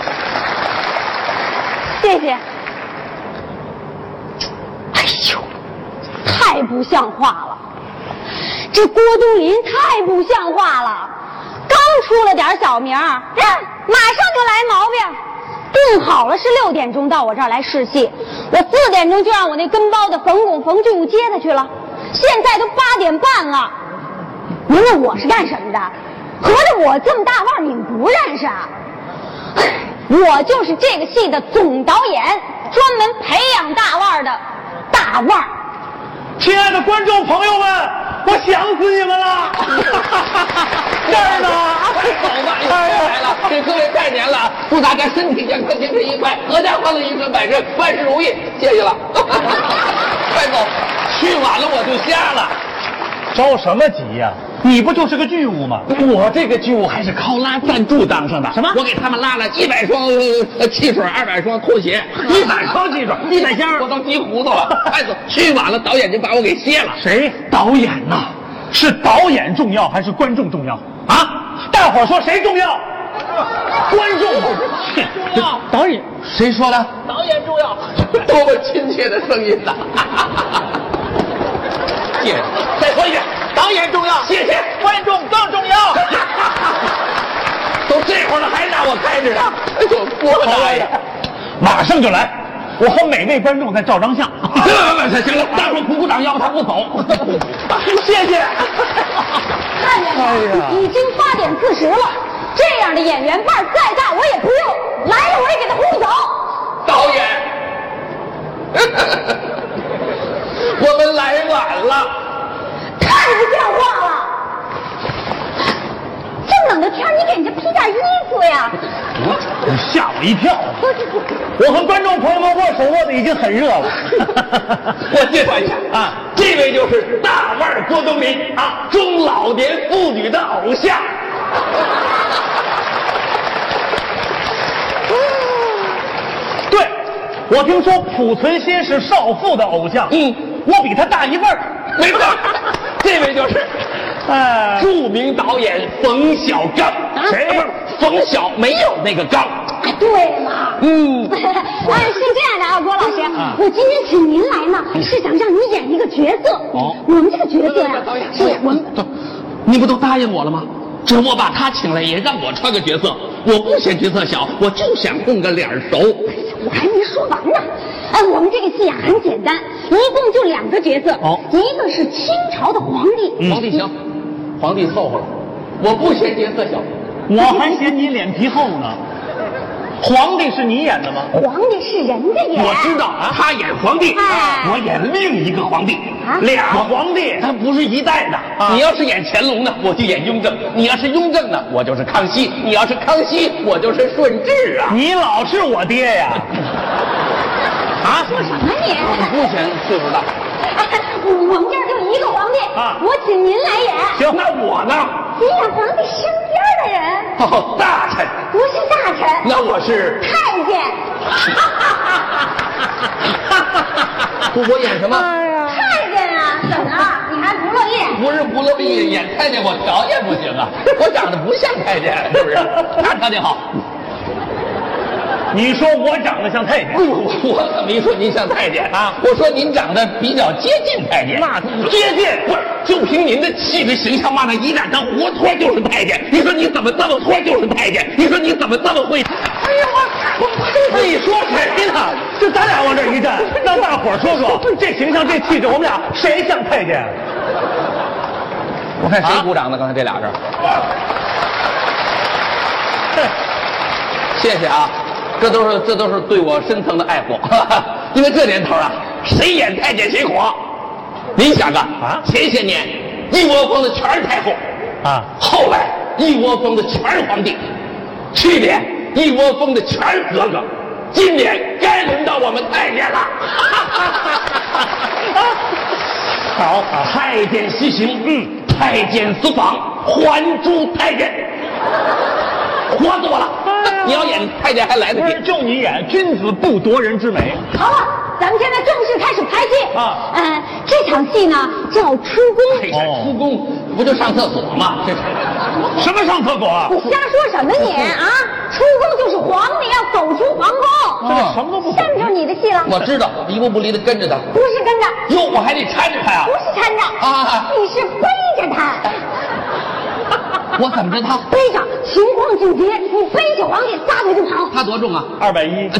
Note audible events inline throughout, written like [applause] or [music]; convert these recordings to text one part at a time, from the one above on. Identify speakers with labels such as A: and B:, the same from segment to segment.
A: 哎太不像话了，这郭冬临太不像话了，刚出了点小名儿，马上就来毛病。定好了是六点钟到我这儿来试戏，我四点钟就让我那跟包的冯巩、冯俊武接他去了。现在都八点半了，您问我是干什么的？合着我这么大腕儿你们不认识啊？ [sighs] 我就是这个戏的总导演，专门培养大腕儿的大腕儿。
B: 亲爱的观众朋友们，我想死你们
C: [laughs]
B: 了！这儿
C: 哎好
B: 呢，哎
C: 吧，有人来了，给各位拜年了啊，祝大家身体健康，天天愉快，阖家欢乐，一春百岁，万事如意，谢谢 [laughs] 了。快走，去晚了我就瞎了。
B: 着什么急呀、你不就是个剧务吗？
C: 我这个剧我还是靠拉赞助当上的。
B: 什么
C: 我给他们拉了一百双呃汽水，二百双拖 [laughs] 鞋，
B: 一百双汽水一百箱
C: 我都急糊涂 [laughs] 了。快走，去晚了，导演就把我给歇了。
B: 谁？导演呐、是导演重要还是观众重要啊？大伙儿说谁重要？观 [laughs] 众切
C: 重要
B: 导演
C: 谁说的？导演重要，多么亲切的声音呐！ [laughs] 谢谢，再说一遍，导演重要，谢谢，观众更重
B: [laughs]
C: 要。都这会儿了，还让我开着呢，哎呦，我
B: 导
C: 导
B: 演
C: 演。
B: 马上就来，我和每位观众再照张相。
C: [laughs] 行了，大伙鼓鼓掌，要不他不走。
B: [laughs]
C: 谢谢。
A: 看见没？已经八点四十了，这样的演员伴儿再大我也不用，来了我也给他轰走。
C: 导演， [laughs] 我们来晚了，
A: 太不像话了！这么冷的天儿，你给人家披件衣服呀？
B: 你吓 [laughs] 我一跳！我和观众朋友们握手握的已经很热了。 [laughs]
C: 我介绍一下
B: 啊
C: 啊，这位就是大腕儿郭冬临啊，中老年妇女的偶像。
B: 对，我听说濮存昕是少妇的偶像，
C: 嗯，
B: 我比他大一辈儿。
C: 没错，这位就是
B: 哎，
C: 著名导演冯小刚。
B: 谁
C: 啊不是冯小没有那个刚。
A: 哎，对了。
C: 嗯
A: [laughs] 哎，是这样的啊，郭老师，我今天请您来呢，是想让你演一个角色。
C: 哎哦
A: 我们这个角色呀，
C: 导演，
A: 是我们
C: 都，你不都答应我了吗？这我把他请来，也让我穿个角色。我不嫌角色小，我就想混个脸熟。
A: 我还没说完呢。哎，我们这个戏啊很简单，一共就两个角色，
B: 哦
A: 一个是清朝的皇帝，
C: 嗯皇帝行，皇帝凑合了。我不嫌角色小，
B: 我还嫌你脸皮厚呢。皇帝是你演的吗？
A: 嗯皇帝是人家演，
C: 我知道啊，他演皇帝，
A: 哎
C: 我演另一个皇帝
A: 啊，
C: 俩
B: 我
C: 皇帝，他不是一代的。
B: 啊
C: 你要是演乾隆的，我就演雍正；你要是雍正的，我就是康熙；你要是康熙，我就是顺治啊。
B: 你老是我爹呀！啊，说啥？
A: 什么你？
C: 我不嫌岁数大。
A: 哎 [laughs] 我们这儿就一个皇帝，
B: 啊
A: 我请您来演，
B: 行，
C: 那我呢？
A: 您演皇帝身边的人，
C: 哦，大臣。
A: 不是大臣，
C: 那我是
A: 太监，
C: 我我演什么？
A: 太监啊，怎么了？你还不乐意？
C: 不是不乐意演太监，我条件不行啊，我长得不像太监，是不是？他条件好。
B: 你说我长得像太监
C: 哎，呦，我我可没说您像太监啊，我说您长得比较接近太监。
B: 那
C: 接近不是？就凭您的气质形象往那一站，他活脱就是太监。你说你怎么这么脱就是太监？你说你怎么这么会？哎呀，我我你说谁呢？
B: 就咱俩往这一站，让大伙儿说说这形象、这气质，我们俩谁像太监？
C: 我看
B: 谁
C: 鼓掌呢？刚才这俩人。谢谢啊，这都是这都是对我深层的爱护， [laughs] 因为这年头啊，谁演太监谁火。您想啊，
B: 啊
C: 前些年一窝蜂的全是太后，
B: 啊
C: 后来一窝蜂的全是皇帝，去年一窝蜂的全是格格，今年该轮到我们太监了。 [laughs]
B: 好，
C: 太监西行，嗯，太监私访，还珠太监，活死我
B: 哎呀哎
C: 了！你要演太监还来得
B: 不
C: 及
B: 是。就你演君子不夺人之美，
A: 好了，咱们现在正式开始拍戏
B: 啊
A: 呃，这场戏呢叫《出宫
C: 哎呀，
B: 哦
C: 出宫不就上厕所吗？这是
B: 什么上厕所啊》。？
A: 你瞎说什么你啊？出宫就是皇帝要走出皇宫，
B: 哦啊这什么都不懂
A: 下面就是你的戏了，
C: 我知道，一步不离的跟着他。
A: 不是跟着，
C: 哟，我还得搀着他呀、
A: 不是
C: 啊
A: 你是背着他，
C: 我怎么着他？
A: 背着情况紧急，你背着往里撒腿就跑。
C: 他多重啊？
B: 二百一，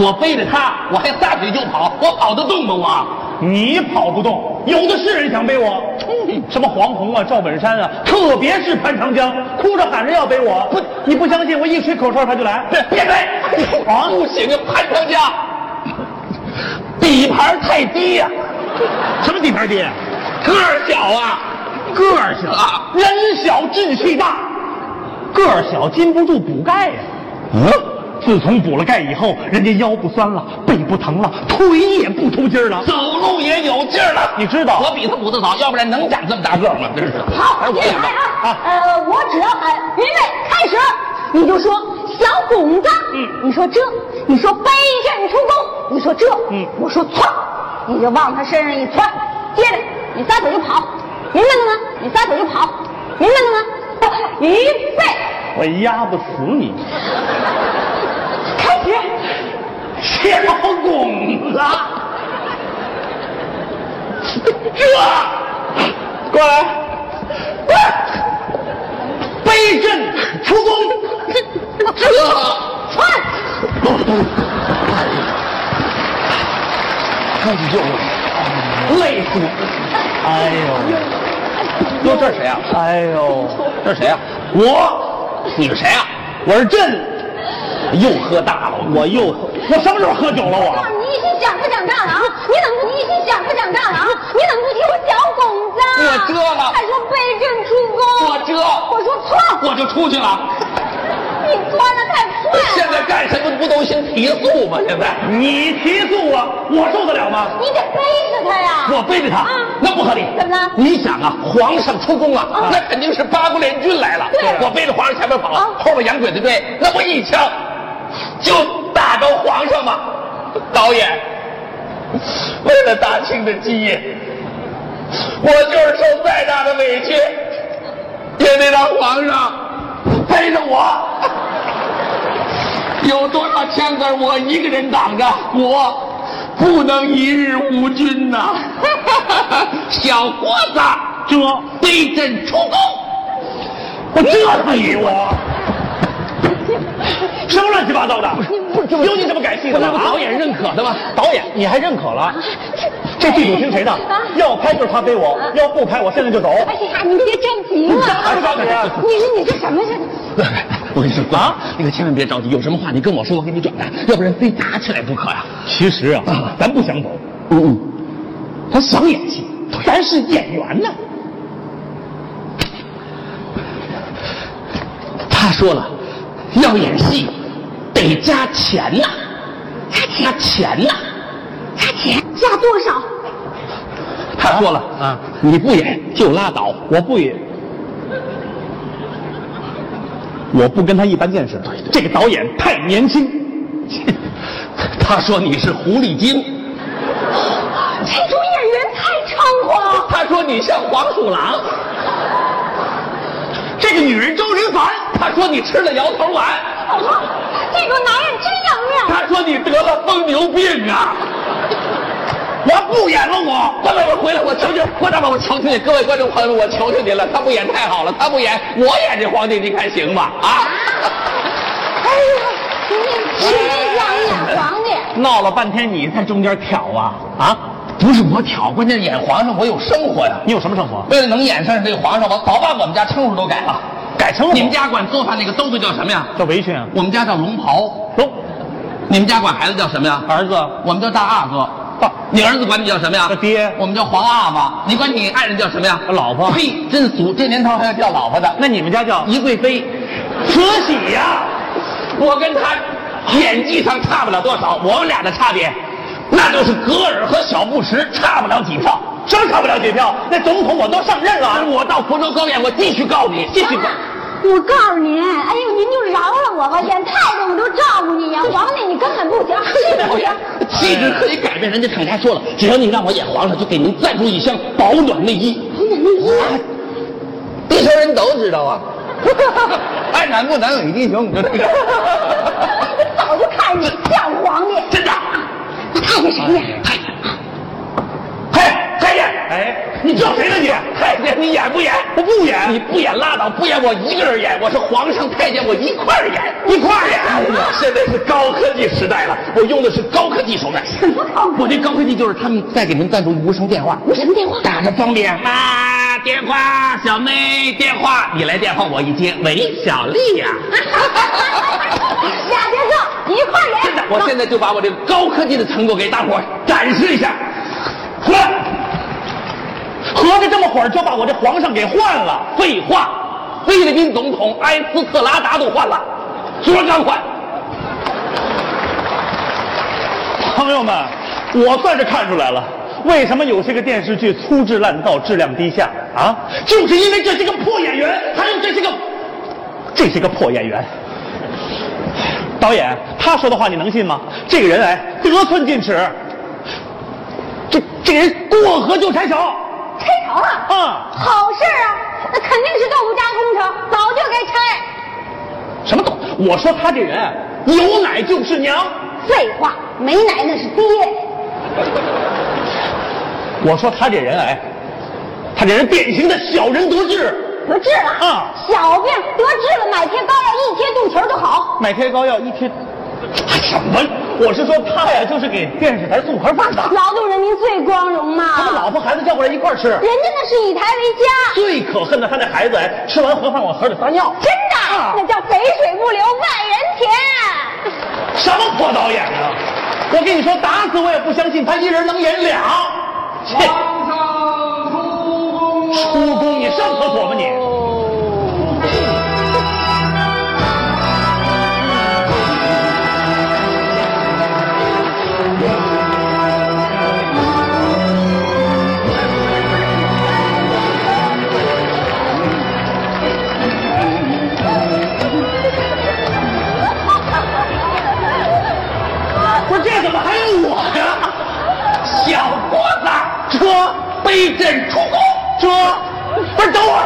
C: 我背着他，我还撒腿就跑，我跑得动吗？我啊
B: 你跑不动，有的是人想背我。什么黄宏啊、赵本山啊，特别是潘长江，哭着喊着要背我。不，你不相信，我一吹口哨他就来。
C: 别别背！
B: 啊
C: 不行啊，潘长江，底盘太低呀、
B: 什么底盘低？
C: 个儿小啊，
B: 个儿小
C: 啊
B: 人小志气大，个儿小禁不住补钙呀、嗯，自从补了钙以后，人家腰不酸了，背不疼了，腿也不抽筋儿了。
C: 走路也有劲儿了。
B: 你知道
C: 我比他骨头早，要不然能长这么大个儿吗？真是。
A: 好，
C: 反正
A: 你
C: 我也
A: 来啊
C: 高。
B: 啊！
A: 呃，我只要喊预备开始，你就说小拱子，
B: 嗯
A: 你说这，你说背阵出宫，你说这，
B: 嗯
A: 我说窜，你就往他身上一窜，接着你撒腿就跑，明白了吗？你撒腿就跑，明白了吗？预备，
B: 我压不死你，
A: 开始。
B: 小拱子，这过来，背阵出宫。
A: 窜！
C: 哎呦，累死我！
B: 哎呦，
C: 哟，这是谁啊？
B: 哎呦。嗯
C: 这是谁啊？我，你是谁啊？
B: 我是朕，
C: 又喝大了，
B: 我又我什么时候喝酒了
A: 告诉
B: 我？
A: 你一心想不长大了啊！你怎么不一心想不长大了啊？你怎么不提我小拱子？
C: 我遮了
A: 还说背阵出宫。
C: 我遮
A: 我说窜，
C: 我就出去了。
A: 你窜的太快
C: 现
A: 了。
C: 在干什么不都先提速吗？现在
B: 你提诉我，我受得了吗？
A: 你得背着他呀。
B: 我背着他
A: 啊，
C: 那不合理。
A: 怎么了
C: 你想啊，皇上出宫啊，那肯定是八国联军来了。
A: 对
C: 我背着皇上前面跑，
A: 啊
C: 后面洋鬼子追，那不一枪就打着皇上吗？导演，为了大清的基业，我就是受再大的委屈，也得让皇上背着我。有多少枪子儿我一个人挡着，我不能一日无君呐、小伙子，
B: 遮，
C: 背朕出宫，
B: 我遮死你我！什么乱七八糟的？有你这么改戏的吗？啊
C: 导演认可的吧？
B: 导演，你还认可了？这剧组听谁的？要拍就是他背我，要不拍我现在就走。
A: 哎呀，你别着急嘛。
B: 哎大姐
A: 你说你这什么这？
C: [laughs] 我跟你说啊，那个千万别着急，有什么话你跟我说，我给你转达，要不然非打起来不可呀、
B: 其实啊，咱不想走，
C: 嗯嗯，
B: 咱想演戏，咱是演员呢。
C: 他说了，要演戏得加钱呐、加钱加钱呐、
A: 加钱加多少？
C: 他说了啊，你不演就拉倒，
B: 我不也，我不跟他一般见识。这个导演太年轻，
C: 他说你是狐狸精，
A: 这种演员太猖狂了。
C: 他说你像黄鼠狼，
B: 这个女人周人凡，
C: 他说你吃了摇头丸，
A: 我说这种男人真要面
C: 他说你得了疯牛病啊！
B: 我不演了我。
C: 各位，我回来，我求求我大妈，我求求你，各位观众朋友们，我求求您了，他不演太好了，他不演，我演这皇帝，您看行吗？啊！
A: 哎呀，你谁想演皇帝？
B: 闹了半天你在中间挑啊啊！
C: 不是我挑，关键演皇上我有生活呀、
B: 你有什么生活？
C: 为了能演上这个皇上，我早把我们家称呼都改了。
B: 改称呼
C: 你们家管做饭那个东西叫什么呀？
B: 叫围裙啊？
C: 我们家叫龙袍。
B: 走，
C: 你们家管孩子叫什么呀？
B: 儿子，
C: 我们叫大阿哥。
B: 爸
C: 你儿子管你叫什么呀
B: 叫？爹
C: 我们叫皇阿玛。你管你爱人叫什么呀？
B: 老婆
C: 呸，真俗，这年头还要叫老婆的。
B: 那你们家叫
C: 一贵妃，
B: 慈禧呀、
C: 我跟她演技上差不了多少，我们俩的差别，那就是隔耳和小布什，差不了几票。
B: 什么差不了几票？那总统我都上任了，
C: 我到福州高院，我继续告你，继续告。
A: 我告诉您，哎呦，您就饶了我吧，演太太我都照顾你呀，皇帝你根本不行，是不是？
C: 气质可以改变，人家厂家说了，只要你让我演皇上，就给您赞助一箱保暖内衣。啊地球人都知道啊， [laughs] 爱男不男，伪地球，你知道
A: 早就看着你像皇帝，
C: 真的，哎
A: 那太太谁呀？
C: 太太太太
B: 哎，
C: 你
B: 叫谁呢你
C: 太监，你演不演？
B: 我不演
C: 你不演拉倒，不演我一个人演，我是皇上太监，我一块儿演，一块儿演。现在是高科技时代了，我用的是高科技手段。什么高？我这高科技就是他们在给您赞助无声电话，
A: 你什么电话？
C: 打着方便妈电话，小妹电话，你来电话我一接，喂，小丽呀、
A: 俩角色一块演。
C: 真的，我现在就把我这个高科技的成果给大伙儿展示一下。
B: 换，合着这么会儿就把我这皇上给换了。
C: 废话，菲律宾总统埃斯特拉达都换了，昨儿刚换。
B: 朋友们，我算是看出来了，为什么有些个电视剧粗制滥造、质量低下啊？就是因为这些个破演员，还有这些个这些个破演员。导演他说的话你能信吗？这个人哎，得寸进尺，这这个人过河就拆桥
A: 拆桥了。
B: 啊！
A: 好事儿啊，那肯定是豆腐渣工程，早就该拆。
B: 什么懂？我说他这人有奶就是娘，
A: 废话，没奶那是爹。
B: 我说他这人哎，他这人典型的小人得志。
A: 得治了
B: 啊
A: 小病得治了，买贴膏药一贴肚脐儿就好。
B: 买贴膏药一贴，什么？我是说他呀，就是给电视台送盒饭的，
A: 劳动人民最光荣嘛。
B: 他把老婆孩子叫过来一块儿吃。
A: 人家那是以台为家，
B: 最可恨的他那孩子，哎，吃完盒饭往盒里撒尿，
A: 真的，那叫肥水不流外人田。啊
B: 什么破导演啊！我跟你说，打死我也不相信他一人能演俩。切，出宫你上厕所吧你。不是这怎么还有我呀？
C: 小伙子，车背朕出宫，
B: 这
C: 不是等会儿，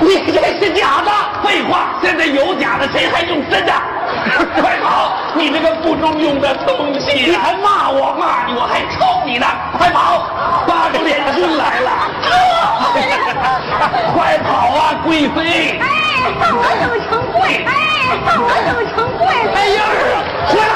C: 你这是假的。废话，现在有假的，谁还用真的？快跑！你这个不中用的东西！
B: 你还
C: 骂我？骂你，我还抽你呢！快跑！八路联军来了！ [laughs] 快跑啊，贵妃！
A: 哎，看我怎么成跪！哎，看我怎么成跪！
C: 哎呀，回来！